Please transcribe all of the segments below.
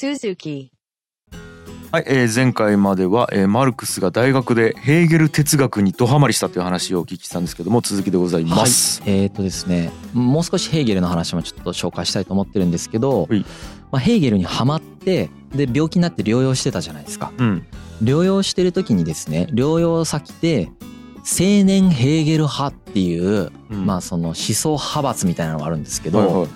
Suzuki. はい、えー前回までは、えーマルクスが大学でヘーゲル哲学にドハマりしたという話をお聞きしたんですけども続きでございます。えっ、とですねもう少しヘーゲルの話もちょっと紹介したいと思ってるんですけど、はいまあ、ヘーゲルにはまってで病気になって療養してたじゃないですかうん、療養してる時にですね療養先で青年ヘーゲル派っていう、うんまあ、その思想派閥みたいなのがあるんですけど、はいはい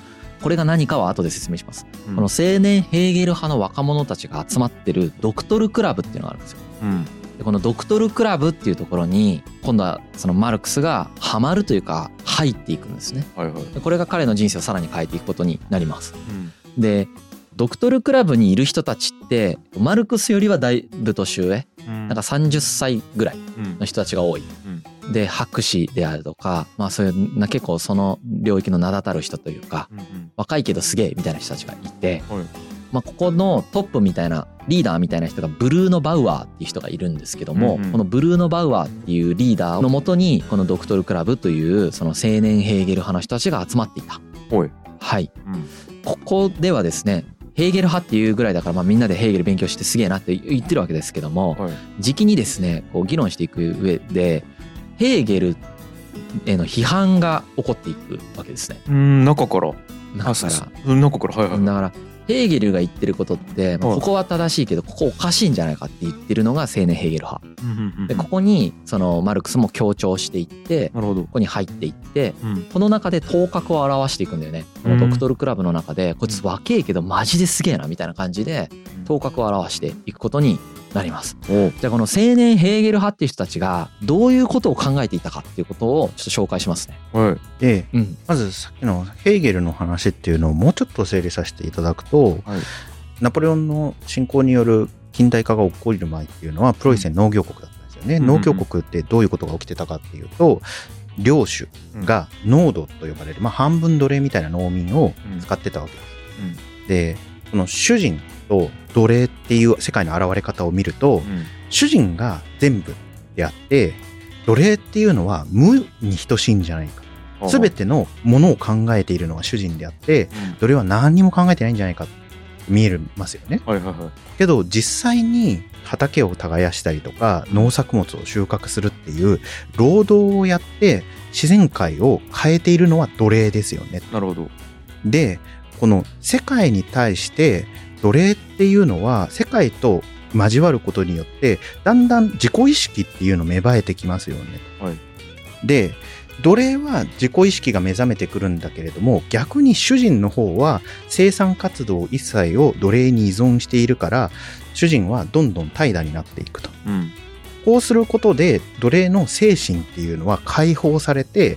これが何かは後で説明します、うんこの青年ヘーゲル派の若者たちが集まってるドクトルクラブっていうのがあるんですようんでこのドクトルクラブっていうところに今度はそのマルクスがハマるというか入っていくんですねはいはいでこれが彼の人生をさらに変えていくことになりますうんでドクトルクラブにいる人たちってマルクスよりはだいぶ年上うんなんか30歳ぐらいうんの人たちが多い、で博士であるとか、まあ、そういうな結構その領域の名だたる人というかうんうん若いけどすげえみたいな人たちがいて、はいまあ、ここのトップみたいなリーダーみたいな人がブルーノ・バウアーっていう人がいるんですけども、うんうんこのブルーノ・バウアーっていうリーダーのもとにこのドクトル・クラブというその青年ヘーゲル派の人たちが集まっていた。ほいはい、うんここではですねヘーゲル派っていうぐらいだから、まあ、みんなでヘーゲル勉強してすげえなって言ってるわけですけどもはい時期にですねこう議論していく上でヘーゲルへの批判が起こっていくわけですね。うん中からだあかそうそうらうん中からはいはいだからヘーゲルが言ってることって、まあはいここは正しいけどここおかしいんじゃないかって言ってるのが青年ヘーゲル派うんうんうんでここにそのマルクスも強調していってなるほどここに入っていってうんこの中で頭角を表していくんだよねこのドクトルクラブの中でこいつ若えけどマジですげえなみたいな感じで頭角を表していくことになりますおうじゃあこの青年ヘーゲル派っていう人たちがどういうことを考えていたかっていうことをちょっと紹介しますねはいでうんまずさっきのヘーゲルの話っていうのをもうちょっと整理させていただくと、はいナポレオンの侵攻による近代化が起こりる前っていうのはプロイセン農業国だったんですよね、うん農業国ってどういうことが起きてたかっていうと領主が農奴と呼ばれる、まあ、半分奴隷みたいな農民をうん使ってたわけです。でその主人と奴隷っていう世界の現れ方を見るうと、ん主人が全部であって奴隷っていうのは無に等しいんじゃないかうん全てのものを考えているのが主人であってうん奴隷は何にも考えてないんじゃないか見えますよねはいはいはいけど実際に畑を耕したりとか農作物を収穫するっていう労働をやって自然界を変えているのは奴隷ですよねなるほどでこの世界に対して奴隷っていうのは世界と交わることによってだんだん自己意識っていうの芽生えてきますよね。はいで奴隷は自己意識が目覚めてくるんだけれども逆に主人の方は生産活動一切を奴隷に依存しているから主人はどんどん怠惰になっていくと。うんこうすることで奴隷の精神っていうのは解放されて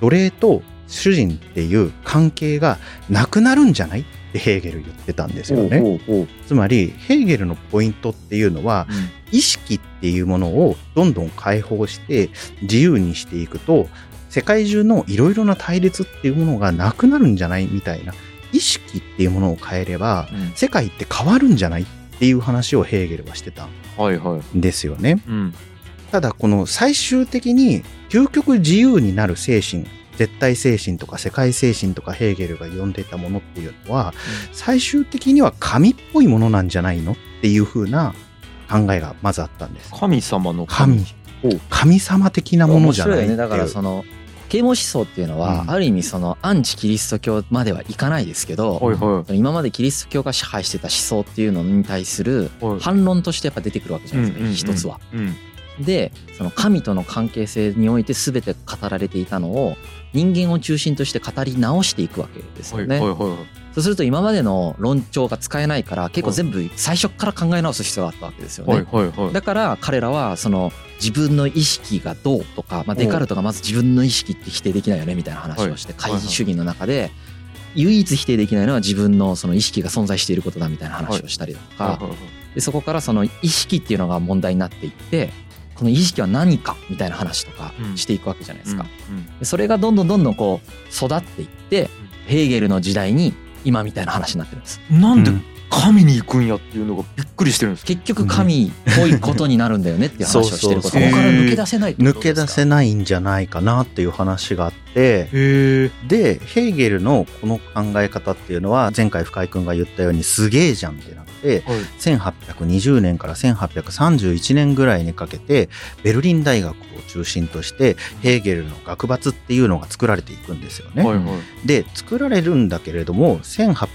奴隷と主人っていう関係がなくなるんじゃないってヘーゲル言ってたんですよね。おうおうおうつまりヘーゲルのポイントっていうのは意識っていうものをどんどん解放して自由にしていくと世界中のいろいろな対立っていうものがなくなるんじゃないみたいな意識っていうものを変えればうん世界って変わるんじゃないっていう話をヘーゲルはしてたんはいはいですよね。うんただこの最終的に究極自由になる精神絶対精神とか世界精神とかヘーゲルが呼んでいたものっていうのは、最終的には神っぽいものなんじゃないのっていう風な考えがまずあったんです。神様の神お神様的なもの面じゃな白いいっよていうねだからその啓蒙思想っていうのは、うんある意味そのアンチキリスト教まではいかないですけど、はいは今までキリスト教が支配してた思想っていうのに対するいはい反論としてやっぱ出てくるわけじゃないですか、一つは。うんでその神との関係性において全て語られていたのを人間を中心として語り直していくわけですはよいね。はいはそうすると今までの論調が使えないから結構全部最初から考え直す必要があったわけですよいね。はいはいはいだから彼らはその自分の意識がどうとか、まあ、んデカルトがまず自分の意識って否定できないよねみたいな話をしてはい懐疑主義の中で唯一否定できないのは自分のその意識が存在していることだみたいな話をしたりだとはいかはいはいでそこからその意識っていうのが問題になっていってこの意識は何かみたいな話とかうんしていくわけじゃないですか。うんうんでそれがどんどんどんどんこう育っていってヘーゲルの時代に今みたいな話になってるんです。なんで神に行くんやっていうのがびっくりしてるんです結局神っぽいことになるんだよねっていう話をしてることそうそうそうここから抜け出せないってこ抜とけですか出せないんじゃないかなっていう話があって、へえで、ヘーゲルのこの考え方っていうのは、前回深井くんが言ったようにすげえじゃんってなって、はい1820年から1831年ぐらいにかけて、ベルリン大学を中心として、ヘーゲルの学閥っていうのが作られていくんですよね。はいはいで作られるんだけれども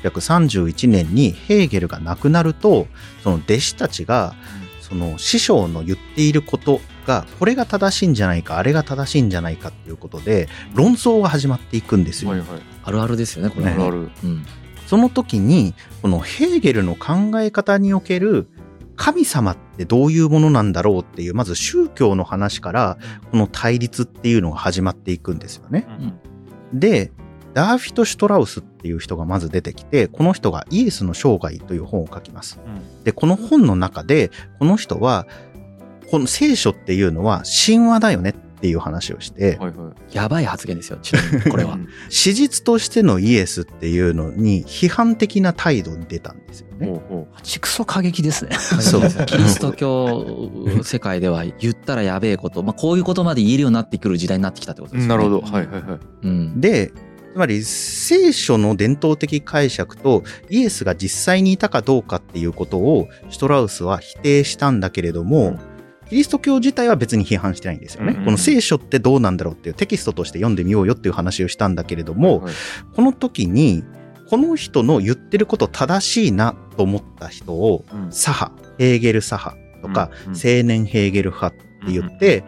1831年にヘーゲルが亡くなるとその弟子たちがその師匠の言っていることがこれが正しいんじゃないかあれが正しいんじゃないかっていうことで論争が始まっていくんですよ。はいはいあるあるですよねこれあはるねあるうんその時にこのヘーゲルの考え方における神様ってどういうものなんだろうっていうまず宗教の話からこの対立っていうのが始まっていくんですよね。うんで、ダーフィト・シュトラウスっていう人がまず出てきて、この人がイエスの生涯という本を書きます。で、この本の中で、この人は、この聖書っていうのは神話だよねっていう話をして、はいはいやばい発言ですよちなみにこれ はうん史実としてのイエスっていうのに批判的な態度に出たんですよね。ほうほうちくそ過激ですね。そう キ リスト教世界では言ったらやべえこと、まあ、こういうことまで言えるようになってくる時代になってきたってことですよね。なるほどはいはいはいうん、で、つまり聖書の伝統的解釈とイエスが実際にいたかどうかっていうことをシュトラウスは否定したんだけれども、うんキリスト教自体は別に批判してないんですよね。うんうんこの聖書ってどうなんだろうっていうテキストとして読んでみようよっていう話をしたんだけれども、はいはいこの時にこの人の言ってること正しいなと思った人をうん左派、ヘーゲル左派とか、うんうん青年ヘーゲル派って言って、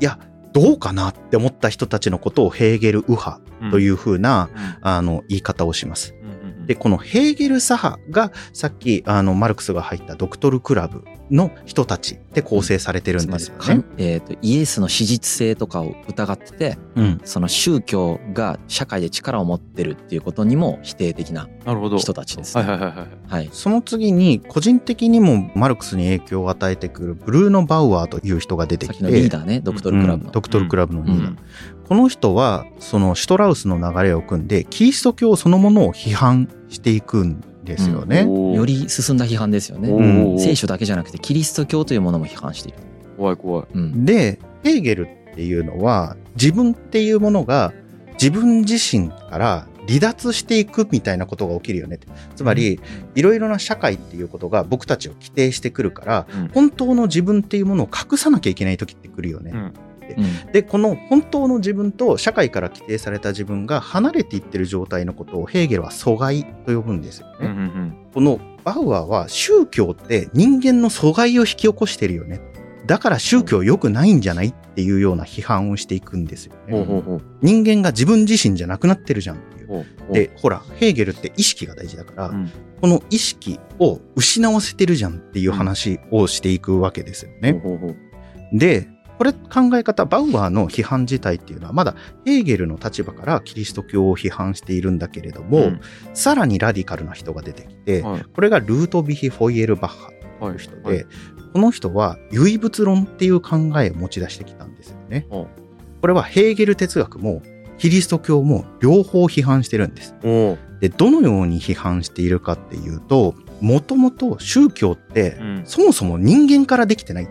いや、どうかなって思った人たちのことをヘーゲル右派というふうな、あの、言い方をします。うんうんうんで、このヘーゲル左派が、さっき、あの、マルクスが入ったドクトルクラブの人たちで構成されてるんつまでりすよかねん。えーとイエスの史実性とかを疑っててうん。その宗教が社会で力を持ってるっていうことにも否定的ななるほど人たちです、はいねはいはいはいはいその次に、個人的にもマルクスに影響を与えてくるブルーノ・バウアーという人が出てさっききのリーて、ダーねドクトうルクラブんの、ドクトルクラブのリーダーうんこの人は、そのシュトラウスの流れを組んで、キリスト教そのものを批判していくんですよね。おーより進んだ批判ですよおねー聖書だけじゃなくてキリスト教というものも批判している、怖い怖いうん、で、ヘーゲルっていうのは、自分っていうものが自分自身から離脱していくみたいなことが起きるよねって。つまり、いろいろな社会っていうことが僕たちを規定してくるから、うん本当の自分っていうものを隠さなきゃいけない時って来るよね。うんうんで、この本当の自分と社会から規定された自分が離れていってる状態のことをヘーゲルは阻害と呼ぶんですよね。うんうんこのバウアーは宗教って人間の阻害を引き起こしてるよね。だから宗教良くないんじゃないっていうような批判をしていくんですようんほうね。ほうほう人間が自分自身じゃなくなってるじゃんっていう。ほうほうで、ほら、ヘーゲルって意識が大事だから、うんこの意識を失わせてるじゃんっていう話をしていくわけですよね。ほうほうほうで、これ考え方、バウアーの批判自体っていうのはまだヘーゲルの立場からキリスト教を批判しているんだけれども、うんさらにラディカルな人が出てきて、はいこれがルートビヒ・フォイエルバッハという人で、はいはいこの人は唯物論っていう考えを持ち出してきたんですよね。うんこれはヘーゲル哲学もキリスト教も両方批判してるんです。おーで、どのように批判しているかっていうと、もともと宗教ってうんそもそも人間からできてないっ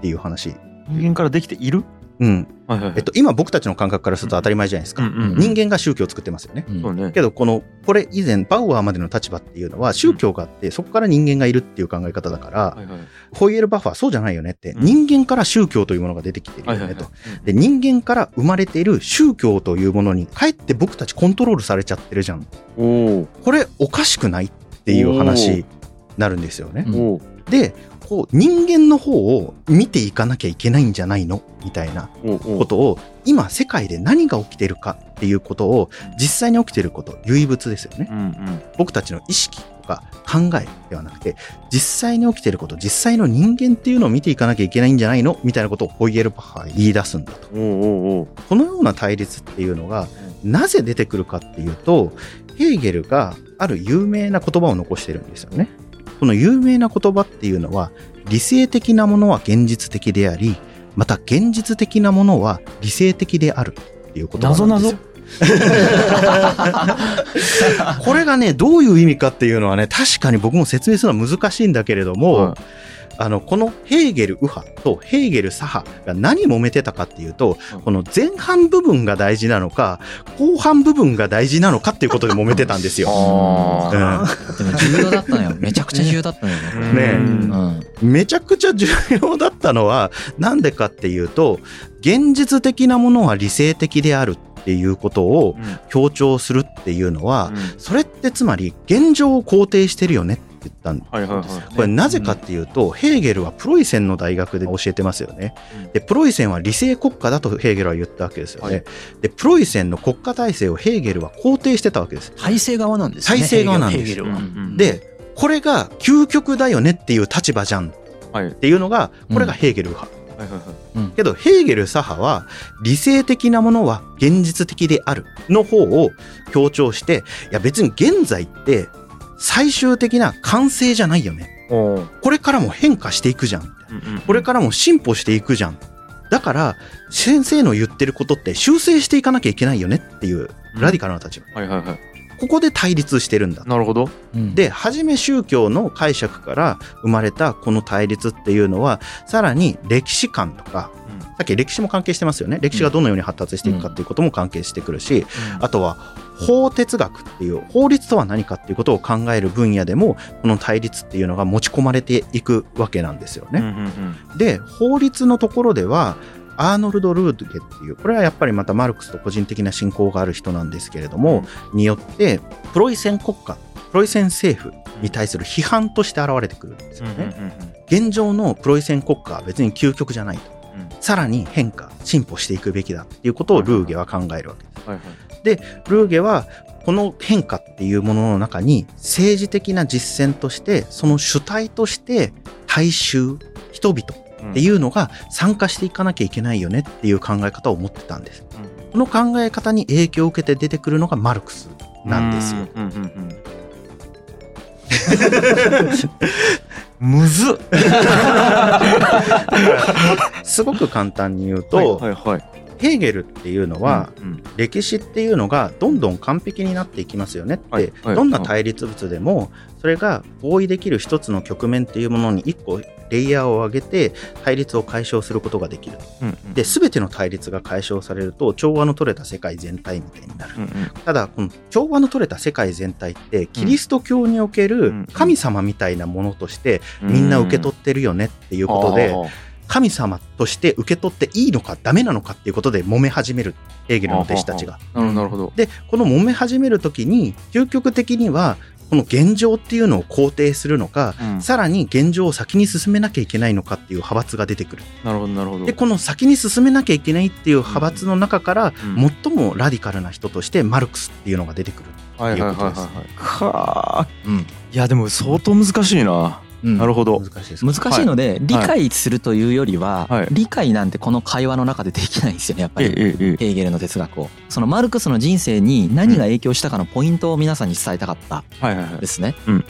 ていう話。人間からできているうん。はいはいはいえっと、今僕たちの感覚からすると当たり前じゃないですか。うんうん人間が宗教を作ってますよね。うんそうねけどこのこれ以前バウアーまでの立場っていうのは宗教があってそこから人間がいるっていう考え方だから、はいはいホイエルバッファーそうじゃないよねって、うん人間から宗教というものが出てきてるよはいはいはねいと。で人間から生まれている宗教というものにかえって僕たちコントロールされちゃってるじゃんおーこれおかしくないっていう話になるんですよね。うんおーでこう人間の方を見ていかなきゃいけないんじゃないのみたいなおーおーことを今世界で何が起きてるかっていうことを実際に起きてること唯物ですよね。うんうん僕たちの意識とか考えではなくて、実際に起きていること、実際の人間っていうのを見ていかなきゃいけないんじゃないのみたいなことをホイエルバッハは言い出すんだと。おーおーおーこのような対立っていうのが、なぜ出てくるかっていうと、ヘーゲルがある有名な言葉を残してるんですよね。この有名な言葉っていうのは、理性的なものは現実的であり、また現実的なものは理性的であるっていうことなんですよ。謎々 これがね、どういう意味かっていうのはね、確かに僕も説明するのは難しいんだけれども、はいあの、このヘーゲル右派とヘーゲル左派が何揉めてたかっていうとうん、この前半部分が大事なのか、後半部分が大事なのかっていうことで揉めてたんです よ。あうーんでも重要だったのよ。めちゃくちゃ重要だったのよね。ねえうんうん。めちゃくちゃ重要だったのは、なんでかっていうと、現実的なものは理性的であるっていうことをうん強調するっていうのは、うんそれってつまり現状を肯定してるよねって言ったんはいはいはいこれなぜかっていうと、ヘーゲルはプロイセンの大学で教えてますよねうん。で、プロイセンは理性国家だとヘーゲルは言ったわけですよね。はいで、プロイセンの国家体制をヘーゲルは肯定してたわけです。体制側なんですね。体制側なんですヘーゲルは。うんで、これが究極だよねっていう立場じゃんっはいはいていうのが、これがヘーゲル派。はいはいけど、ヘーゲル左派は理性的なものは現実的であるの方を強調して、いや別に現在って最終的な完成じゃないよね。おーこれからも変化していくじゃんみたいな。うんうんこれからも進歩していくじゃん。だから、先生の言ってることって修正していかなきゃいけないよねっていう、ラディカルな立場。はいはいはいここで対立してるんだ。なるほどうん、で、はじめ宗教の解釈から生まれたこの対立っていうのは、さらに歴史観とか、さっき歴史も関係してますよね。歴史がどのように発達していくかっていうことも関係してくるし、あとは法哲学っていう法律とは何かっていうことを考える分野でも、この対立っていうのが持ち込まれていくわけなんですよね。うんうんうんで法律のところではアーノルド・ルーゲっていうこれはやっぱりまたマルクスと個人的な親交がある人なんですけれども、によってプロイセン国家プロイセン政府に対する批判として現れてくるんですようんね、うんうんうん現状のプロイセン国家は別に究極じゃないと、うんさらに変化進歩していくべきだっていうことをルーゲは考えるわけですはいはいルーゲはこの変化っていうものの中に政治的な実践としてその主体として大衆人々っていうのが参加していかなきゃいけないよねっていう考え方を持ってたんです。この考え方に影響を受けて出てくるのがマルクスなんですよ。うんうんうんうん。 むずっ。すごく簡単に言うと、はいはい。ヘーゲルっていうのは、うん歴史っていうのがどんどん完璧になっていきますよねって、はいはいどんな対立物でもそれが合意できる一つの局面っていうものに一個レイヤーを上げて対立を解消することができる。うんうんで、全ての対立が解消されると調和の取れた世界全体みたいになる。うんうんただこの調和の取れた世界全体ってキリスト教におけうるん神様みたいなものとしてみんな受け取ってるよねっていうことで神様として受け取っていいのかダメなのかっていうことで揉め始めるヘーゲルの弟子たちが。あーなるほどでこの揉め始める時に究極的にはこの現状っていうのを肯定するのかなるほど。うんさらに現状を先に進めなきゃいけないのかっていう派閥が出てくる。なるほどなるほど。でこの先に進めなきゃいけないっていう派閥の中からうん最もラディカルな人としてマルクスっていうのが出てくる。はいはいはいはいっていうはい。かあ。うんいやでも相当難しいな。うんなるほど。難しいです難しいので、理解するというよりは、はい理解なんてこの会話の中でできないんですよねやっぱり、えええ。ヘーゲルの哲学をそのマルクスの人生に何が影響したかのポイントを皆さんに伝えたかったはいはいはいで。すね。うんうん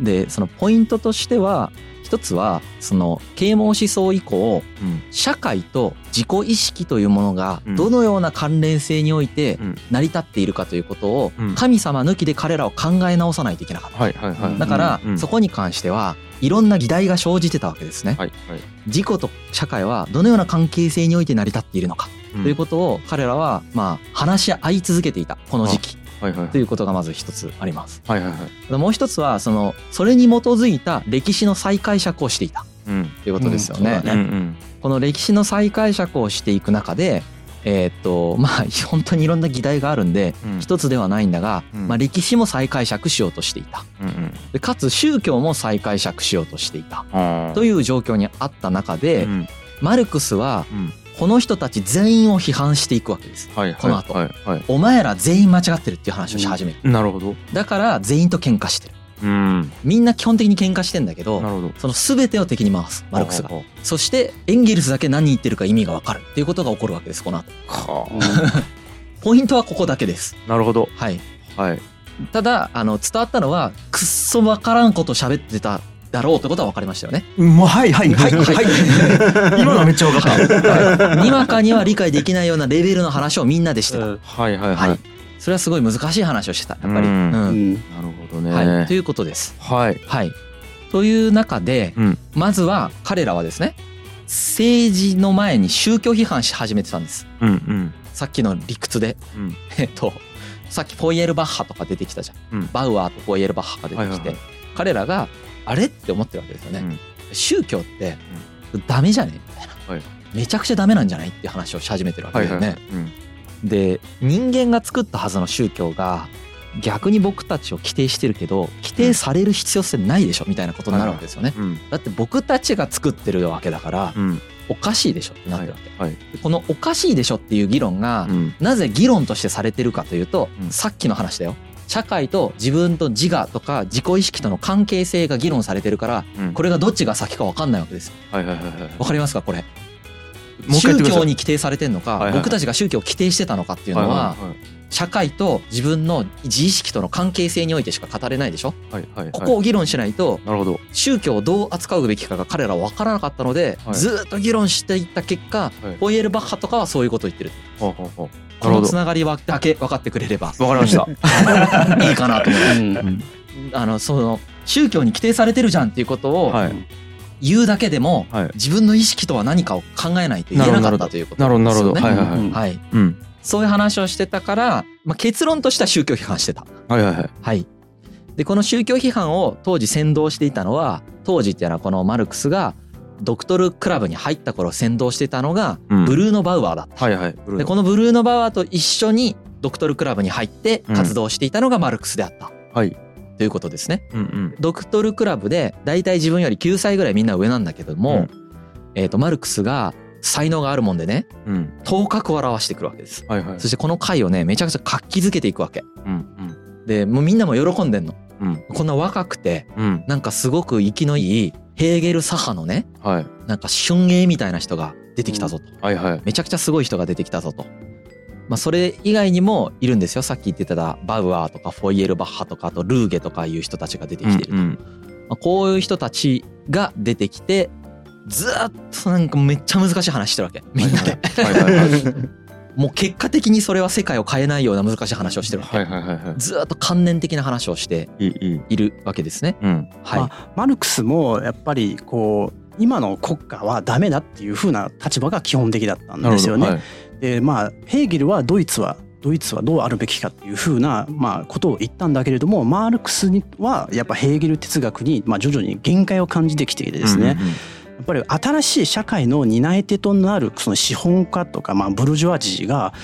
でそのポイントとしては一つはその啓蒙思想以降うん社会と自己意識というものがうんどのような関連性においてうん成り立っているかということをうん神様抜きで彼らを考え直さないといけなかった。はいはいはい。だからうんうんそこに関してはいろんな議題が生じてたわけですね。はいはい。自己と社会はどのような関係性において成り立っているのかうんということを彼らはまあ話し合い続けていたこの時期はいはいはいということがまず一つあります。はいはいはい。もう一つはそのそれに基づいた歴史の再解釈をしていたうんということですよね。うんそうだうんうんこの歴史の再解釈をしていく中でえーっとまあ本当にいろんな議題があるんでうん一つではないんだが、うんまあ、歴史も再解釈しようとしていたうんうんでかつ宗教も再解釈しようとしていたあーという状況にあった中で、うんマルクスはうんこの人たち全員を批判していくわけです。はいはいこの後はいはい。お前ら全員間違ってるっていう話をし始める。なるほど。だから全員と喧嘩してる。うん。なみんな基本的に喧嘩してんだけるど、ほど。その全てを敵に回す、マルクスがほ。うほうそしてエンゲルスだけ何言ってるか意味がわかるっていうことが起こるわけです、この後。はあポイントはここだけです。なるほど。はい。はい。ただ、あの、伝わったのは、くっそわからんこと喋ってただろうってことは分かりましたよね。もうはいはいはいはいはい。今のはめっちゃ分かった。はいにわかには理解できないようなレベルの話をみんなでしてた。うんはいはいは。はいい。それはすごい難しい話をしてた。やっぱり。ううんん。うんなるほどはい。とね。いうことです。はい。はい。という中で、うんまずは彼らはですね、政治の前に宗教批判し始めてたんです。うんうんさっきの理屈で、 うんえっと、さっきフォイエルバッハとか出てきたじゃん。うんバウアーとフォイエルバッハが出てきて、はいはいはい彼らがあれって思ってるわけですよね。うん宗教ってダメじゃねみたいな、はいめちゃくちゃダメなんじゃないっていう話をし始めてるわけはだいよね。はいはい。うんで人間が作ったはずの宗教が逆に僕たちを規定してるけど規定される必要性ないでしょみたいなことになるわけですよね。うんだって僕たちが作ってるわけだからうん。おかしいでしょってなってるわけ。はい。でこのおかしいでしょっていう議論が、うんなぜ議論としてされてるかというと、うんさっきの話だよ社会と自分と自我とか自己意識との関係性が議論されてるからうんこれがどっちが先か分かんないわけですよはいはいはいはい。わかりますかこれもう一回言ってく宗ださい教に規定されてんのか、はいはいはい僕たちが宗教を規定してたのかっていうのは、はい社会と自分の自意識との関係性においてしか語れないでしょはいはいはいはい。ここを議論しないとなるほど。宗教をどう扱うべきかが彼らは分からなかったので、はいずーっと議論していった結果、はいポイエルバッハとかはそういうことを言ってるほうほうほうこなるのほつど。ながりはだけ分かってくれればわかりました。 いいかなと思ううんあのその宗教に規定されてるじゃんっていうことをはい。言うだけでも、はい自分の意識とは何かを考えないと言えなかったということなるほどなでるすほど。よね。はいはいはい。うんはい、うん。そういう話をしてたから、まあ、結論としては宗教批判してた。はいはいはい。はい、でこの宗教批判を当時先導していたのは当時っていうのはこのマルクスがドクトルクラブに入った頃先導してたのがうんブルーノ・バウアーだった。はいはい。でこのブルーノ・バウアーと一緒にドクトルクラブに入って活動していたのがマルクスであった。はいということですね。うんうん。ドクトルクラブで大体自分より9歳ぐらいみんな上なんだけども、えー、とマルクスが才能があるもんでねうん。頭角を現してくるわけですはいはい。そしてこの回をねめちゃくちゃ活気づけていくわけうんでもうみんなも喜んでんのうんこんな若くてうん。うん。なんかすごく生きのいいヘーゲル左派のねはい。なんか春英みたいな人が出てきたぞと、はいはい。めちゃくちゃすごい人が出てきたぞと。まあ、それ以外にもいるんですよさっき言ってたバウアーとかフォイエルバッハとかあとルーゲとかいう人たちが出てきていると、うんまあ、こういう人たちが出てきてずーっとなんかめっちゃ難しい話してるわけみんなでうん。はいはいはい。もう結果的にそれは世界を変えないような難しい話をしてるわけはいはいはいはずーっと観念的な話をして い。いいいい。いるわけですねうん。はい、まマルクスもやっぱりこう今の国家はダメだっていう風な立場が基本的だったんなるほですよど。ね。はい。でまあヘーゲルはドイツはドイツはどうあるべきかっていうふうな、まあ、ことを言ったんだけれどもマルクスにはやっぱヘーゲル哲学に、まあ、徐々に限界を感じてきていてですね、うんうんうん。やっぱり新しい社会の担い手となるその資本家とか、まあ、ブルジョアジーが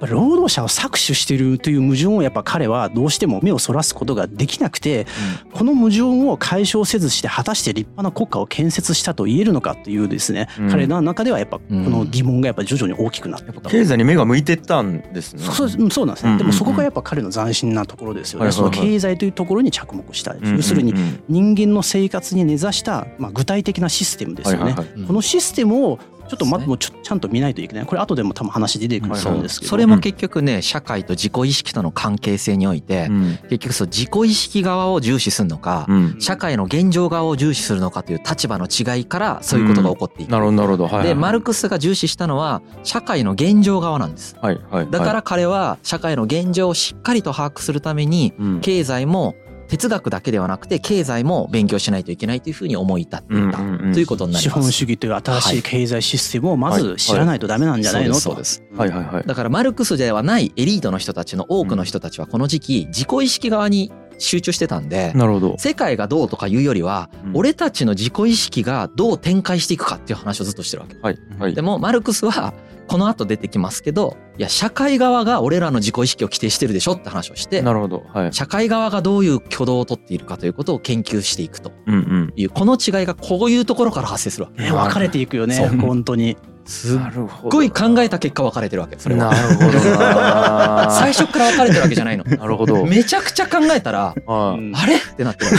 やっぱり労働者を搾取しているという矛盾をやっぱ彼はどうしても目をそらすことができなくて、この矛盾を解消せずして果たして立派な国家を建設したと言えるのかというですね、うん彼の中ではやっぱこの疑問がやっぱ徐々に大きくなっていった経済に目が向いてったんですね。そううんそうなんですうんうんうね。んでもそこがやっぱ彼の斬新なところですよはいはね。いそはのい経済というところに着目した。うんうんうん要するにはい人間の生活に根ざしたまあ具体的なシステムですよはいねは。い。うんこのシステムをちょっとそうまですねもうちょちゃんと見ないといけない。これ後でも多分話出てくると思うんですけど。それも結局ね社会と自己意識との関係性において、うん結局そう自己意識側を重視するのか、うん。社会の現状側を重視するのかという立場の違いからそういうことが起こっていく、なるほどなるほど。はいはい。でマルクスが重視したのは社会の現状側なんですはいはいはい。だから彼は社会の現状をしっかりと把握するためにうん、経済も哲学だけではなくて経済も勉強しないといけないというふうに思い至っていたうんうんうんということになり資ます。本主義という新しい経済システムをまず知らないとダメなんじゃないのそうとで。すそうではいはいはいす。だからマルクスではないエリートの人たちの多くの人たちはこの時期自己意識側に集中してたんでなるほど。世界がどうとかいうよりはうん俺たちの自己意識がどう展開していくかっていう話をずっとしてるわけ。はいはい。でもマルクスはこの後出てきますけどいや社会側が俺らの自己意識を規定してるでしょって話をしてなるほど。はい。社会側がどういう挙動をとっているかということを研究していくとうんうん。いうこの違いがこういうところから発生するわけ。ね分かれていくよねそう本当に。すっるほごい考えた結果分かれてるわけそれは。なる ほどな。最初から分かれてるわけじゃないの。なるほど。 めちゃくちゃ考えたらあうんあれってなって るわ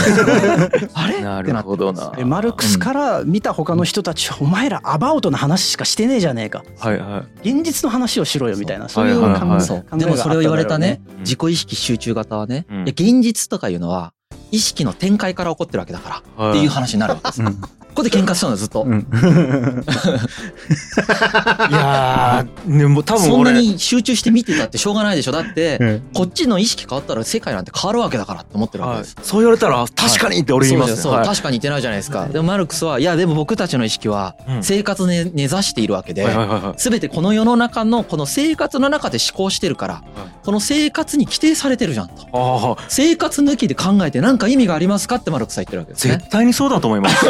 けあれってななってるるほどな。えマルクスから見た他の人たちはお前らアバウトな話しかしてねえじゃねえかはいは現実の話をしろよみたいなそういうはいはい考はいえそ考えがあったんだろうでうもそれを言われたねうん自己意識集中型はね、うんいや現実とかいうのは意識の展開から起こってるわけだからっていう話になるわ けです。うんここで喧嘩したのずっと。うんいやーねもう多分そんな俺に集中して見てたってしょうがないでしょ。だってうんこっちの意識変わったら世界なんて変わるわけだからって思ってるわけはいです。そう言われたら確かにって俺言いますねそうそう、はい確かに言ってないじゃないですか。でもマルクスは、いやでも僕たちの意識はうん生活に根ざしているわけで、はいはいはいはい全てこの世の中のこの生活の中で思考してるから、この生活に規定されてるじゃんと。ああ生活抜きで考えて何か意味がありますかってマルクスは言ってるわけですね。絶対にそうだと思い ます。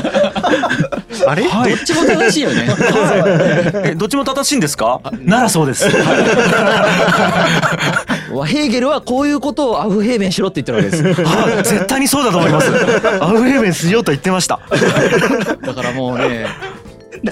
あれはいどっちも正しいよね。えどっちも正しいんですか？ならそうです。ヘーゲルはこういうことをアフヘーベンしろって言ってるわけです。はい絶対にそうだと思います。アウェーベンしようと言ってました。だからも うね、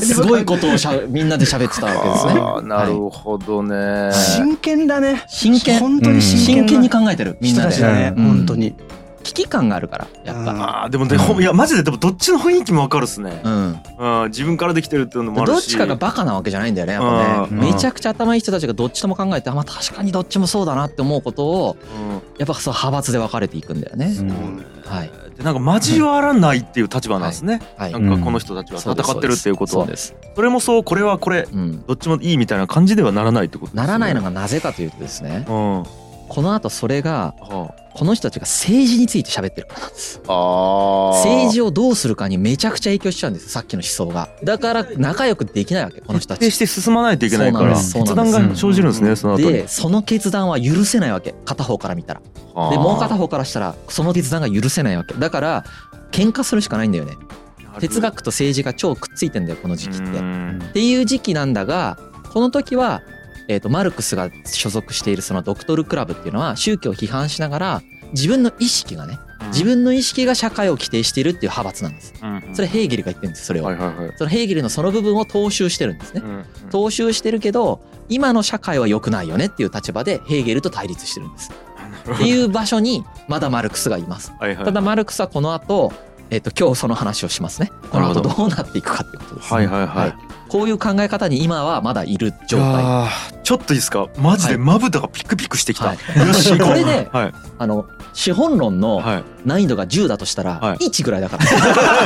すごいことをしゃみんなで喋ってたわけですね。あーなるほどね。真剣だね真剣本当に真真剣剣なに考えてるみん人なたでち。だねうん本当に危機感があるからやっぱ。ああでもね、ほんいやマジででもどっちの雰囲気もわかるっすね。うん、うん自分からできてるっていうのもあるし。どっちかがバカなわけじゃないんだよねやっぱうんねめちゃくちゃ頭いい人たちがどっちとも考えてあまあ確かにどっちもそうだなって思うことをうんやっぱそう派閥で分かれていくんだよね、はいでなんか交わらないっていう立場なんですね。はいなんかこの人たちは戦ってるっていうことはそう、ですそうですそれもそうこれはこれそうです、うん、どっちもいいみたいな感じではならないってことですね。ならないのがなぜかというとですねうん。はこの後それがあこの人たちが政治について喋ってるからなんですあー政治をどうするかにめちゃくちゃ影響しちゃうんですさっきの思想がだから仲良くできないわけこの人た徹底ちして進まないといけないかそうらなんですそう決なんで断すが生じるんですね、その後にでその決断は許せないわけ片方から見たらあーでもう片方からしたらその決断が許せないわけだから喧嘩するしかないんだよね哲学と政治が超くっついてんだよこの時期って。うっんていう時期なんだがこの時は、えー、とマルクスが所属しているそのドクトルクラブっていうのは宗教を批判しながら自分の意識がね自分の意識が社会を規定しているっていう派閥なんです。うんそれヘーゲルが言ってるんですそれを。はいはいはいそのヘーゲルのその部分を踏襲してるんですね。うん踏襲してるけど今の社会は良くないよねっていう立場でヘーゲルと対立してるんです。っていう場所にまだマルクスがいます。はいはいただマルクスはこの後、えっと今日その話をしますね。この後どうなっていくかってことです、ね。はいはいはいこういう考え方に今はまだいる状態。あーちょっといいですかマジではいまぶたがピクピクしてきた、はいよし行こうこれではいあの資本論のはい難易度が10だとしたはらい1ぐらいだ か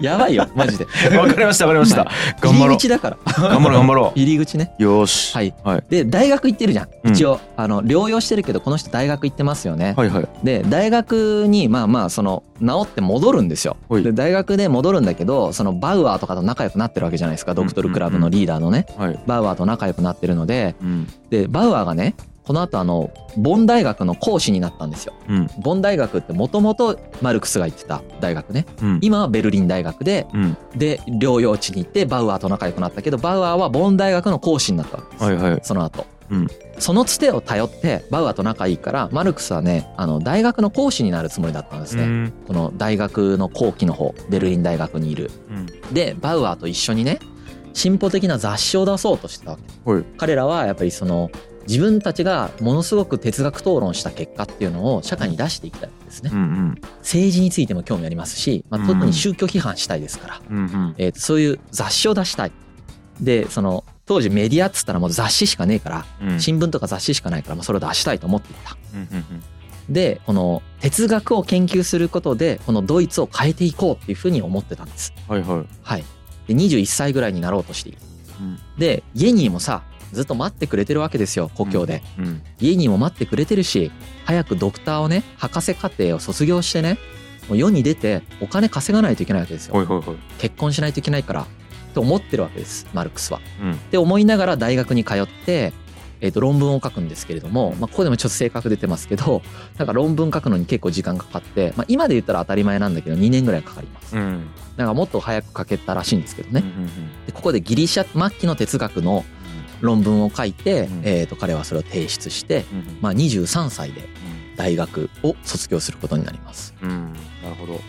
ら。やばいよマジで。わかりましたわかりました、頑張 入ろりう口だから。頑張ろう頑張ろ入り口ね。うよしはいはいで大学行ってるじゃん。うん一応あの療養してるけどこの人大学行ってますよね。はいはいで大学にまあまあその治って戻るんですよ。はいで大学で戻るんだけどそのバウアーとかと仲良くなってるわけじゃないですかドクトルクラブのリーダーのね、はいバウアーと仲良くなってるのでうんでバウアーがねこの後あのボン大学の講師になったんですよ。うんボン大学ってもともとマルクスが行ってた大学ねうん今はベルリン大学でうんで療養地に行ってバウアーと仲良くなったけどバウアーはボン大学の講師になったわけです。はいはいその後、うんそのつてを頼ってバウアーと仲いいからマルクスはねあの大学の講師になるつもりだったんですね、うんこの大学の後期の方ベルリン大学にいるうんでバウアーと一緒にね進歩的な雑誌を出そうとしてたわけ、はい彼らはやっぱりその自分たちがものすごく哲学討論した結果っていうのを社会に出していきたいんですね、うん政治についても興味ありますし、まあ、特うんに宗教批判したいですから、うんうんえー、とそういう雑誌を出したいでその当時メディアっつったらもう雑誌しかねえからうん新聞とか雑誌しかないから、まあ、それを出したいと思っていた。うんうんで、この哲学を研究することで、このドイツを変えていこうっていうふうに思ってたんです。うんはいはいはい。で、21歳ぐらいになろうとしているうん。で、イエニーもさ、ずっと待ってくれてるわけですよ、故郷で。うんイエニーも待ってくれてるし、早くドクターをね、博士課程を卒業してね、もう世に出てお金稼がないといけないわけですはよ。いはいはい結婚しないといけないから、と思ってるわけです、マルクスは。うんって思いながら大学に通って、えー、と論文を書くんですけれども、まあ、ここでもちょっと性格出てますけど なんか論文書くのに結構時間かかって、まあ、今で言ったら当たり前なんだけど2年ぐらいかかりますうんうんなんかもっと早く書けたらしいんですけどうねんでここでギリシャ末期の哲学の論文を書いて、うんえー、と彼はそれを提出して、うんうんまあ、23歳で大学を卒業することになります、うんなるほど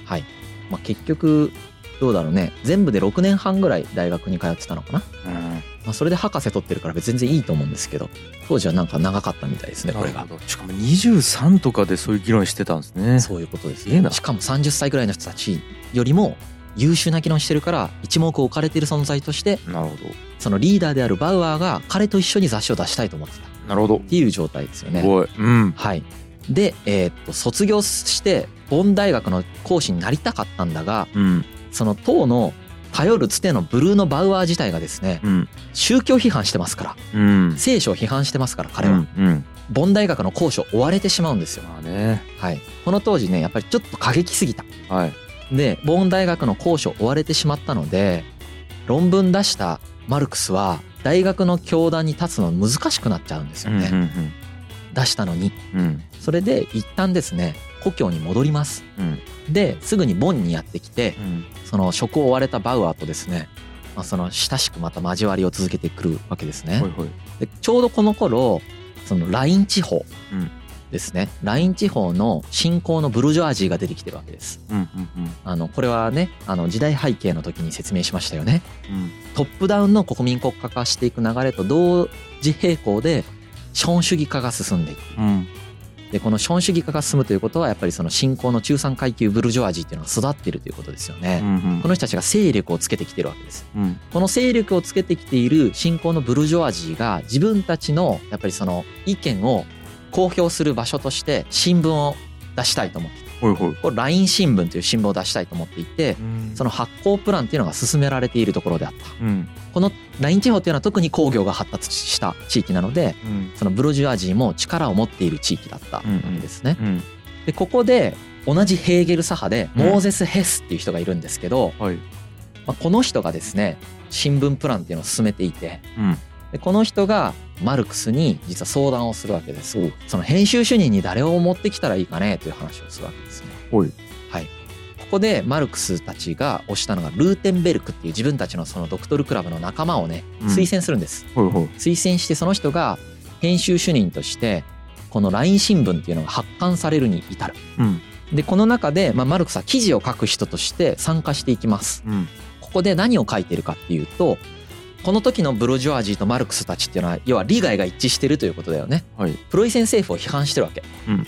まあ、結局どうだろうね全部で6年半ぐらい大学に通ってたのかなうんまあ、それで博士取ってるから別に全然いいと思うんですけど当時はなんか長かったみたいですねこれながるほどしかも23とかでそういう議論してたんですねそういうことですいいねなしかも30歳ぐらいの人たちよりも優秀な議論してるから一目置かれている存在としてなるほどそのリーダーであるバウアーが彼と一緒に雑誌を出したいと思ってたなるほどていう状態ですよねす。ごいうんはい、で、えーっと卒業してボン大学の講師になりたかったんだがうんその党の頼るつてのブルーノ・バウアー自体がですねうん宗教批判してますからうん聖書を批判してますからあ彼は、うんボン大学の講師を追われてしまうんですよ、まあねはい、この当時ねやっぱりちょっと過激すぎたはいでボン大学の講師を追われてしまったので論文出したマルクスは大学の教壇に立つの難しくなっちゃうんですよね、うん出したのにうんうんそれで一旦ですね故郷に戻りますうんですぐにボンにやってきてうんその職を追われたバウアーとですね、まあ、その親しくまた交わりを続けてくるわけですねほい。ほいでちょうどこの頃そのライン地方うんですね、ライン地方の信仰のブルジョアジーが出てきてるわけです。うんうんうんあのこれはねあの時代背景の時に説明しましたよね。うんトップダウンの国民国家化していく流れと同時並行で資本主義化が進んでいく。うんでこの資本主義化が進むということはやっぱりその新興の中産階級ブルジョアジーっていうのが育っているということですようね。んうんこの人たちが勢力をつけてきてるわけです。うんこの勢力をつけてきている新興のブルジョアジーが自分たちのやっぱりその意見を公表する場所として新聞を出したいと思ってほいほいこれ LINE 新聞という新聞を出したいと思っていてその発行プランっていうのが進められているところであったうんこの LINE 地方っていうのは特に工業が発達した地域なのでうんそのブルジョアジーも力を持っている地域だったわけですね。うんでここで同じヘーゲル左派でうんモーゼス・ヘスっていう人がいるんですけど、はいまあ、この人がですね新聞プランっていうのを進めていてうんでこの人がマルクスに実は相談をするわけですその編集主任に誰を持ってきたらいいかねという話をするわけですねほいはいここでマルクスたちが推したのがルーテンベルクっていう自分たちのそのドクトルクラブの仲間をねうん推薦するんです、ほいほい推薦してその人が編集主任としてこの LINE 新聞っていうのが発刊されるに至るうんでこの中で、まあ、マルクスは記事を書く人として参加していきますうんここで何を書いてるかっていうとこの時のブロジョアジーとマルクスたちっていうのは要は利害が一致してるということだよねはいプロイセン政府を批判してるわけ、うん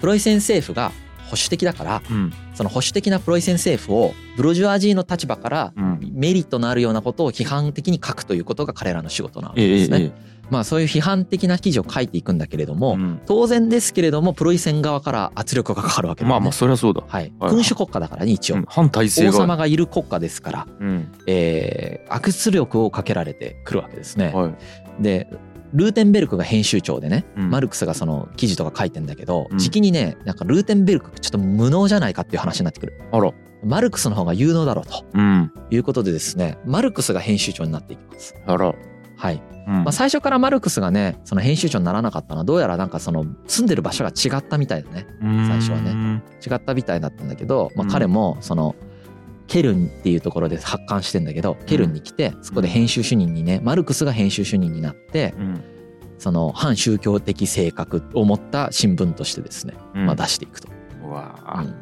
プロイセン政府が保守的だからうんその保守的なプロイセン政府をブロジョアジーの立場からうんメリットのあるようなことを批判的に書くということが彼らの仕事なわえけえですえね、ええまあそういう批判的な記事を書いていくんだけれども、えうん当然ですけれどもプロイセン側から圧力がかかるわけだまよあねまあそりゃそうだはい、はい君主国家だからね一応、うん反体制王が様がいる国家ですから、うんえー、圧力をかけられてくるわけですね。はいでルーテンベルクが編集長でね、うんマルクスがその記事とか書いてんだけど、うんじきにねなんかルーテンベルクちょっと無能じゃないかっていう話になってくるあらマルクスの方が有能だろうとうんいうことでですねマルクスが編集長になっていきます。あらはいうんまあ、最初からマルクスがねその編集長にならなかったのはどうやらなんかその住んでる場所が違ったみたいだね最初はねね違ったみたいだったんだけど、まあ、うん彼もそのケルンっていうところで発刊してんだけどケルンに来てそこで編集主任にねマルクスが編集主任になってうんその反宗教的性格を持った新聞としてですね、うんまあ、出していくと。ううわん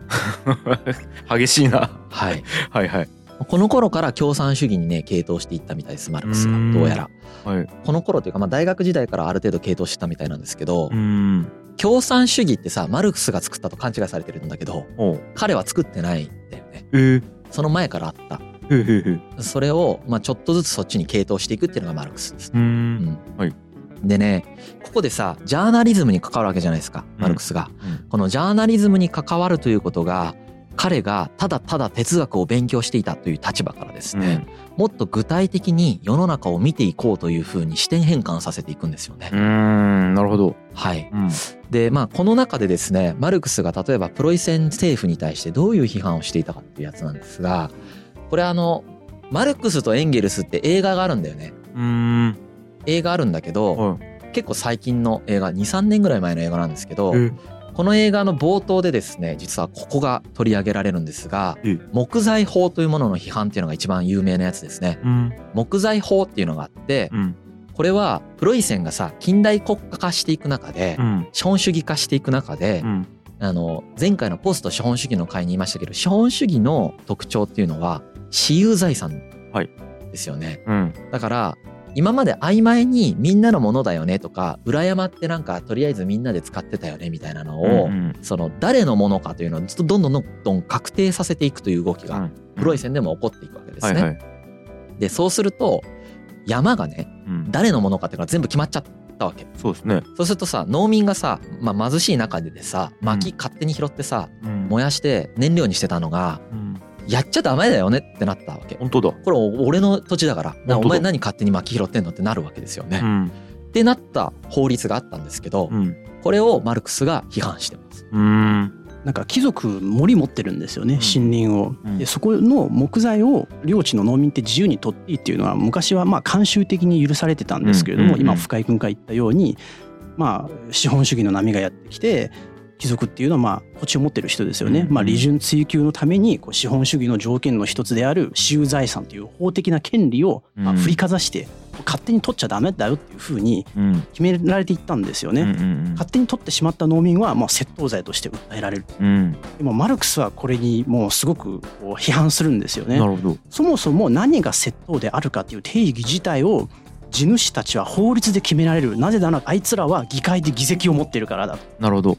あ 激しいなはい、はいはいこの頃から共産主義にね傾倒していったみたいですマルクスがうんどうやら。はいこの頃というか、まあ、大学時代からある程度傾倒してたみたいなんですけど、うん共産主義ってさマルクスが作ったと勘違いされてるんだけどおう彼は作ってないんだよねえーその前からあったへへへそれを、まあ、ちょっとずつそっちに傾倒していくっていうのがマルクスです。ううんんはいでねここでさジャーナリズムに関わるわけじゃないですかんマルクスが、うんこのジャーナリズムに関わるということが彼がただただ哲学を勉強していたという立場からですね、もっと具体的に世の中を見ていこうというふうに視点変換させていくんですよね。うんなるほどはい、うんでまあこの中でですねマルクスが例えばプロイセン政府に対してどういう批判をしていたかっていうやつなんですがこれあのマルクスとエンゲルスって映画があるんだよねうん映画あるんだけど、は結構最近の映画23年ぐらい前の映画なんですけど、いえこの映画の冒頭でですね実はここが取り上げられるんですがええ木材法というものの批判っていうのが一番有名なやつですねうん木材法っていうのがあってうんこれはプロイセンがさ近代国家化していく中でうん資本主義化していく中でうんあの前回のポスト資本主義の会に言いましたけど資本主義の特徴っていうのは私有財産はいですよね、うんだから今まで曖昧にみんなのものだよねとか裏山ってなんかとりあえずみんなで使ってたよねみたいなのを、うんその誰のものかというのをずっとどんどんどんどん確定させていくという動きうがんプロイセンでも起こっていくわけですね。はいはいでそうすると山がねうん誰のものかっていうのが全部決まっちゃっったわけそうですね。そうするとさ農民がさ、まあ、貧しい中ででさ薪勝手に拾ってさうん燃やして燃料にしてたのがうんやっちゃダメだよねってなったわけ本当だ。これ俺の土地だからな本当だお前何勝手に薪拾ってんのってなるわけですよね、うっんてなった法律があったんですけど、うんこれをマルクスが批判してますうんなんか貴族森持ってるんですよね森林を、うんでそこの木材を領地の農民って自由に取っていいっていうのは昔はまあ慣習的に許されてたんですけれども、うんうんうん今深井君が言ったようにまあ資本主義の波がやってきて貴族っていうのはまあ土地を持ってる人ですよね、うんうんまあ、利潤追求のためにこう資本主義の条件の一つである私有財産という法的な権利をまあうん振りかざして勝手に取っちゃダメだよっていうふうにうん決められていったんですようんうね。ん勝手に取ってしまった農民はもう窃盗罪として訴えられるうんでもマルクスはこれにもうすごくこう批判するんですよなね。るほど。そもそも何が窃盗であるかっていう定義自体を地主たちは法律で決められるなぜならあいつらは議会で議席を持ってるからだなるほど。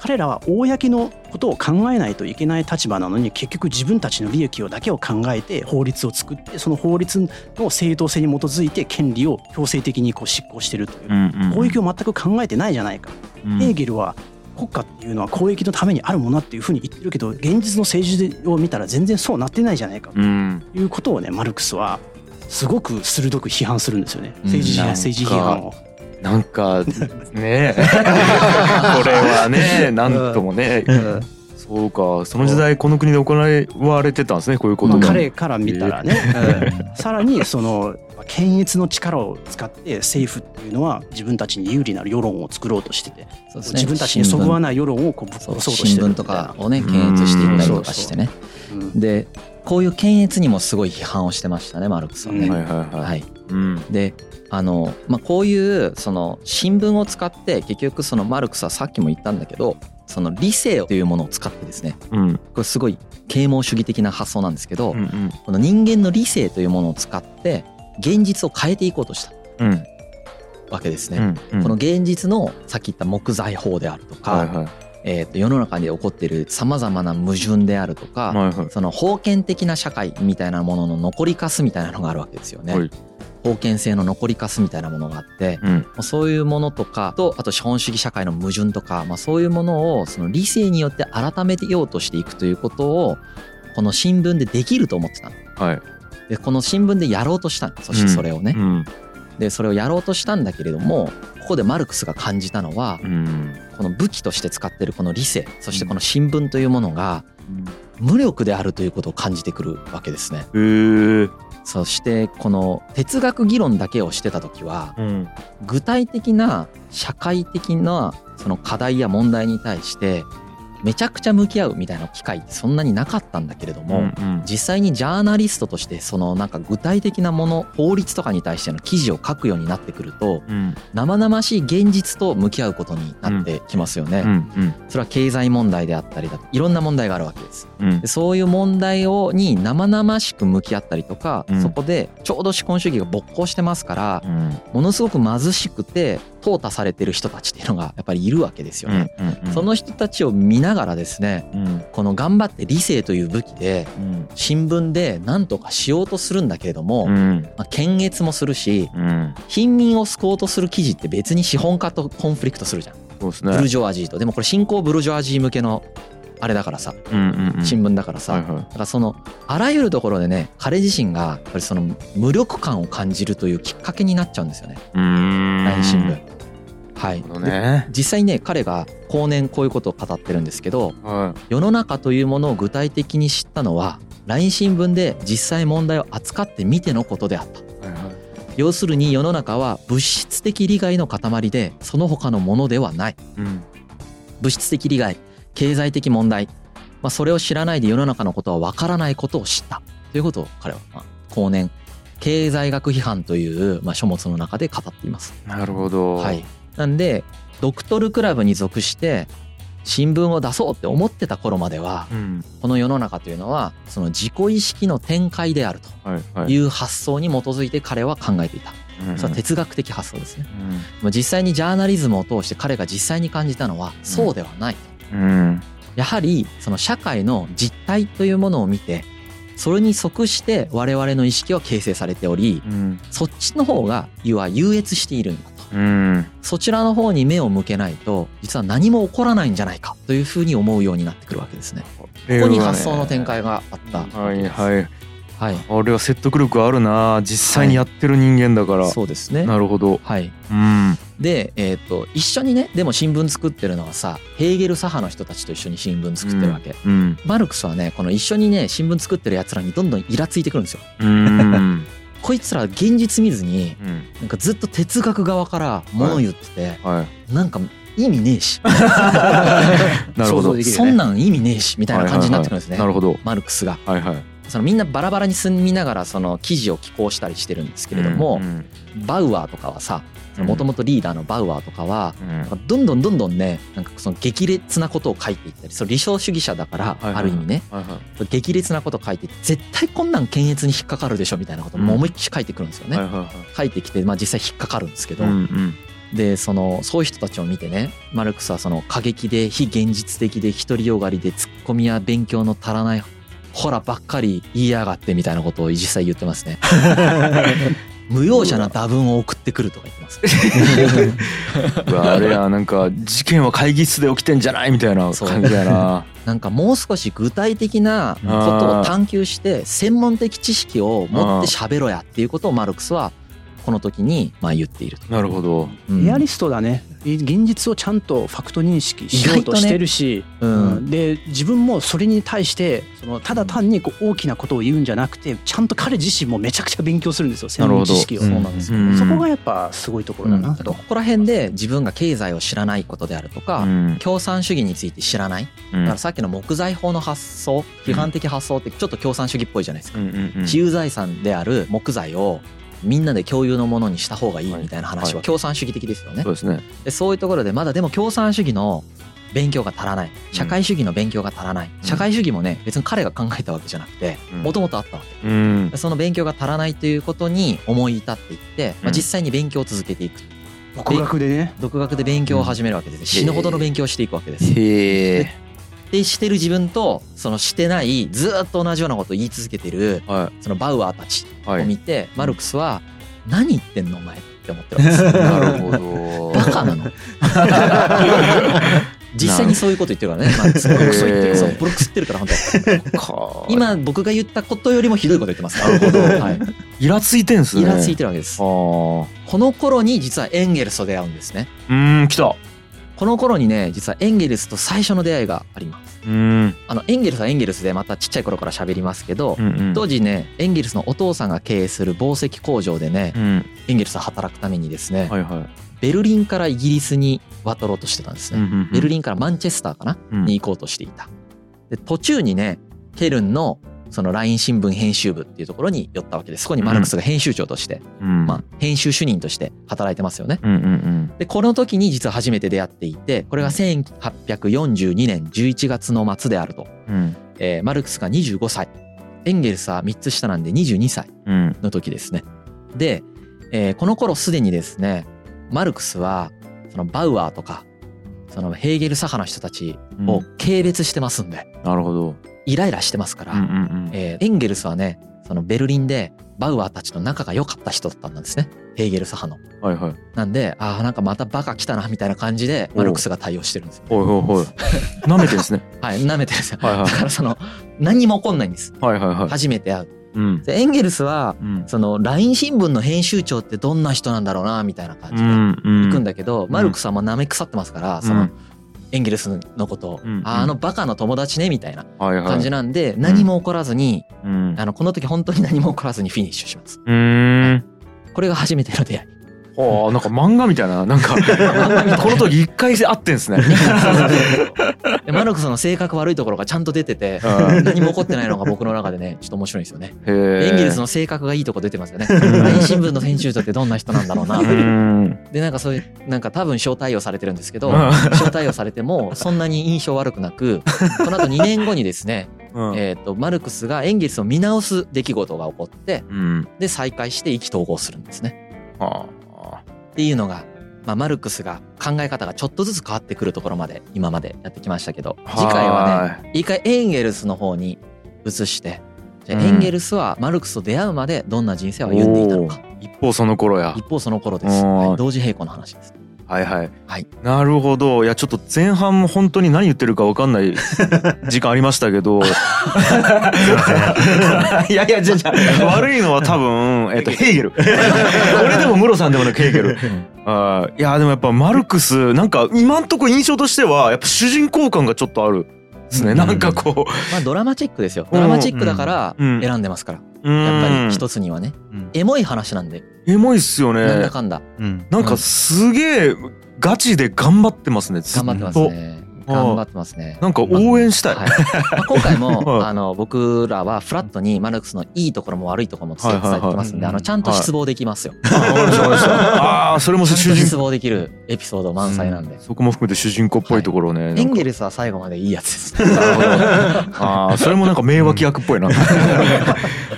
彼らは公のことを考えないといけない立場なのに結局自分たちの利益をだけを考えて法律を作ってその法律の正当性に基づいて権利を強制的にこう執行してるといううんうんうん公益を全く考えてないじゃないかうんヘーゲルは国家っていうのは公益のためにあるものだっていうふうに言ってるけど現実の政治を見たら全然そうなってないじゃないかとうんいうことをねマルクスはすごく鋭く批判するんですよねうん政治批な判んか政治批判を。なんかねえこれはねなんともねそうかその時代この国で行われてたんですねこういうことまあが。彼から見たらね、うんさらにそのまあ検閲の力を使って政府っていうのは自分たちに有利な世論を作ろうとしてて、そうですね自分たちにそぐわない世論をこうぶっそう壊そうとし新て聞るみたといなかをね検閲していったりとかしてねうんでこういう検閲にもすごい批判をしてましたねマルクスはね、うんはいはいはい。はい、うんであの、まあ、こういうその新聞を使って結局そのマルクスはさっきも言ったんだけどその理性というものを使ってですねうんこれすごい啓蒙主義的な発想なんですけど、うんこの人間の理性というものを使って現実を変えていこうとしたうんわけですうね。んうんこの現実のさっき言った木材法であるとか、はいはいえー、と世の中に起こっているさまざまな矛盾であるとか、はいはいその封建的な社会みたいなものの残りかすみたいなのがあるわけですよね。はい封建性の残りかすみたいなものがあって、うんもうそういうものとかとあと資本主義社会の矛盾とか、まあ、そういうものをその理性によって改めてようとしていくということをこの新聞でできると思ってたのはいでこの新聞でやろうとしたのそしてそれをねう、んでそれをやろうとしたんだけれどもここでマルクスが感じたのはうんこの武器として使ってるこの理性そしてこの新聞というものが無力であるということを感じてくるわけですね。へえそしてこの哲学議論だけをしてた時はうん具体的な社会的なその課題や問題に対してめちゃくちゃ向き合うみたいな機会ってそんなになかったんだけれども、うん実際にジャーナリストとしてそのなんか具体的なもの法律とかに対しての記事を書くようになってくるとうん生々しい現実と向き合うことになってきますよね、うんそれは経済問題であったりだといろんな問題があるわけですうんでそういう問題をに生々しく向き合ったりとか、うんそこでちょうど資本主義が勃興してますからうんものすごく貧しくて淘汰されてる人たちっていうのがやっぱりいるわけですよね、うんその人たちを見ながらですねうんこの頑張って理性という武器でうん新聞で何とかしようとするんだけれども、うんまあ、検閲もするしうん貧民を救おうとする記事って別に資本家とコンフリクトするじゃん、そうですブルねジョワジーとでもこれ新興ブルジョワジー向けのあれだからさうんうんうん新聞だからさ、はいはいだからそのあらゆるところでね彼自身がやっぱりその無力感を感じるというきっかけになっちゃうんですよねうーん大新聞。はいなるほどね実際ね彼が後年こういうことを語ってるんですけどは世の中というものを具体的に知ったのは LINE 新聞で実際問題を扱ってみてのことであったいはいはい要するに世の中は物質的利害の塊でその他のものではないうん物質的利害経済的問題、まあ、それを知らないで世の中のことは分からないことを知ったということを彼は、まあ後年経済学批判という、まあ、書物の中で語っています。なるほどはい、なんでドクトルクラブに属して新聞を出そうって思ってた頃まではうんこの世の中というのはその自己意識の展開であるはいとはいいう発想に基づいて彼は考えていた。うんそれは哲学的発想ですね。うんまあ実際にジャーナリズムを通して彼が実際に感じたのはそうではない。うんやはりその社会の実態というものを見てそれに即して我々の意識は形成されておりうんそっちの方がいわ優越しているんだとうんそちらの方に目を向けないと実は何も起こらないんじゃないかというふうに思うようになってくるわけですね。こここに発想の展開があった。はいはいはい。あれは説得力あるな実際にやってる人間だから、そうですね。なるほどはい。うんで、えっ、と一緒にねでも新聞作ってるのはさヘーゲル左派の人たちと一緒に新聞作ってるわけ。うんマルクスはねこの一緒にね新聞作ってるやつらにどんどんイラついてくるんですよ。うんこいつら現実見ずにうんなんかずっと哲学側から物言ってて、はなんか意味ね えしいなるほど、想像できるそんなん意味ねえしみたいな感じになってくるんですね、なるほどマルクスが。はいはいそのみんなバラバラに住みながらその記事を寄稿したりしてるんですけれども、んバウアーとかはさうんもともとリーダーのバウアーとかはうんなんかどんどんどんどんねなんかその激烈なことを書いていったりその理想主義者だからはいはいある意味ねはいは激烈なこと書いて絶対こんなん検閲に引っかかるでしょみたいなことも思いっきり書いてくるんですよいね。はいはいはい書いてきて、まあ、実際引っかかるんですけど、うんうんでそのそういう人たちを見てねマルクスはその過激で非現実的で独りよがりでツッコミや勉強の足らないほらばっかり言いやがってみたいなことを実際言ってます ね。無用者な打分を送ってくるとか言ってます。うわあれやなんか事件は会議室で起きてんじゃないみたいな感じやななんかもう少し具体的なことを探求して専門的知識を持って喋ろやっていうことをマルクスはこの時にまあ言っていると。なるほどうんリアリストだね現実をちゃんとファクト認識しようとしてるし、ううんんで自分もそれに対してそのただ単にこう大きなことを言うんじゃなくてちゃんと彼自身もめちゃくちゃ勉強するんですよ専門知識を、そうなるほどなんですよ、うんそこがやっぱすごいところだなと、ここら辺で自分が経済を知らないことであるとか、うん共産主義について知らない、うんだからさっきの木材法の発想批判的発想ってちょっと共産主義っぽいじゃないですか、うんうんうん自由財産である木材をみんなで共有のものにした方がいいみたいな話はは共産主義的ですよね、そうですねでそういうところでまだでも共産主義の勉強が足らない社会主義の勉強が足らない、社会主義もね別に彼が考えたわけじゃなくてうんもともとあったわけうんその勉強が足らないということに思い至っていって、うまあ、ん実際に勉強を続けていく独学でね独学で勉強を始めるわけです、ね死ぬほどの勉強をしていくわけです。へえでしてる自分とそのしてないずーっと同じようなことを言い続けてるはそのバウアーたいちはをい見て、マルクスは「何言ってんのお前」って思ってるわけですよ。なるほど バカな の実際にそういうこと言ってるからねマルクスはへーブロックスを言ってるそうブロックス言ってるから本か当今僕が言ったことよりもひどいこと言ってますなるほどはい、イラついてんすねイラついてるわけですあーこの頃に実はエンゲルスと出会うんですねうーん来たこの頃にね実はエンゲルスと最初の出会いがありますうんあのエンゲルスはエンゲルスでまたちっちゃい頃から喋りますけど、うんうん当時ねエンゲルスのお父さんが経営する紡績工場でねうんエンゲルスは働くためにですね、はいはいベルリンからイギリスに渡ろうとしてたんですね、ベルリリンからマンチェスターかなンに行こうとしていたで途中にねケルンのその LINE 新聞編集部っていうところに寄ったわけですそこにマルクスが編集長として、まあ、編集主任として働いてますよねうんうんうんでこの時に実は初めて出会っていてこれが1842年11月の末であると、うんえーマルクスが25歳エンゲルスは3つ下なんで22歳うんの時ですねで、えーこの頃すでにですねマルクスはそのバウアーとかそのヘーゲル左派の人たちうんを軽蔑してますんで、なるほどイライラしてますから、うんうんうんえーエンゲルスはねそのベルリンでバウアーたちの仲が良かった人だったんですねヘーゲル左派の。はいはいなんで、ああ、なんかまたバカ来たな、みたいな感じで、おうマルクスが対応してるんですよ。ほいほい ほい舐めてんですねはい、舐めてるんですよ。はいはいだからその、何にも起こんないんです。はいはいはい初めて会う。うんで、エンゲルスは、うんその、LINE 新聞の編集長ってどんな人なんだろうな、みたいな感じでうん行くんだけど、マルクスはもう舐め腐ってますから、その、エンゲルスのことを、うんあーあのバカの友達ね、みたいなはいはい感じなんで、何も起こらずに、うんあの、この時本当に何も起こらずにフィニッシュします。うーんこれが初めての 出会い。はあなんか漫画みたいななんかこの時一回会ってんすねでマルクスの性格悪いところがちゃんと出てて、うん何も起こってないのが僕の中でね、ちょっと面白いんですよね。へえエンゲルスの性格がいいとこ出 てますよね。LINE 新聞の編集長ってどんな人なんだろうなう。んうんで、なんかそういう、なんか多分招待をされてるんですけど、招待をされても、そんなに印象悪くなく、この後2年後にですね、うんえっと、マルクスがエンゲルスを見直す出来事が起こって、うんで、再会して意気投合するんですね。はあっていうのが、まあ、マルクスが考え方がちょっとずつ変わってくるところまで、今までやってきましたけど、次回はね、ね一回エンゲルスの方に移してじゃあエンゲルスはマルクスと出会うまでどんな人生を歩んでいたのかおー一方その頃や一方その頃です、うんはい同時並行の話ですはいはい、はいなるほどいやちょっと前半も本当に何言ってるか分かんない 時間ありましたけどいやいやじゃあじゃあ悪いのは多分、えっと、ヘーゲル 俺でもムロさんでもなくヘーゲルあーいやでもやっぱマルクスなんか今んとこ印象としてはやっぱ主人公感がちょっとあるですね、うんなんかこ まあドラマチックですようんドラマチックだからうん選んでますから、ううんやっぱり一つにはね、うんエモい話なんで、エモいっすよなんねだかんだうん。なんかすげえガチで頑張ってますねずっ頑と張ってますうねん頑張ってますねなんか応援したい、はいまあ今回はいもあの僕らはフラットにマルクスのいいところも悪いところも伝え伝えてますんではいはいはいあのちゃんと失望できますよ。あわかりましたわかりましたあーそれも ちゃん主と人失公望できるエピソード満載なんで。そこも含めて主人公っぽいところをね、なんかエンゲルスは最後までいいやつです。ああそれもなんか名脇役っ ぽいな、な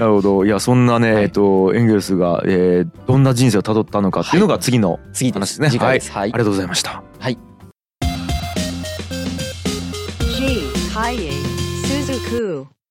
るほどいやそんなね、はいえっとエンゲルスが、えーどんな人生をたどったのかっていうのが次の、 次で話すね次回です。はいありがとうございました。 G. Kaye Suzuku.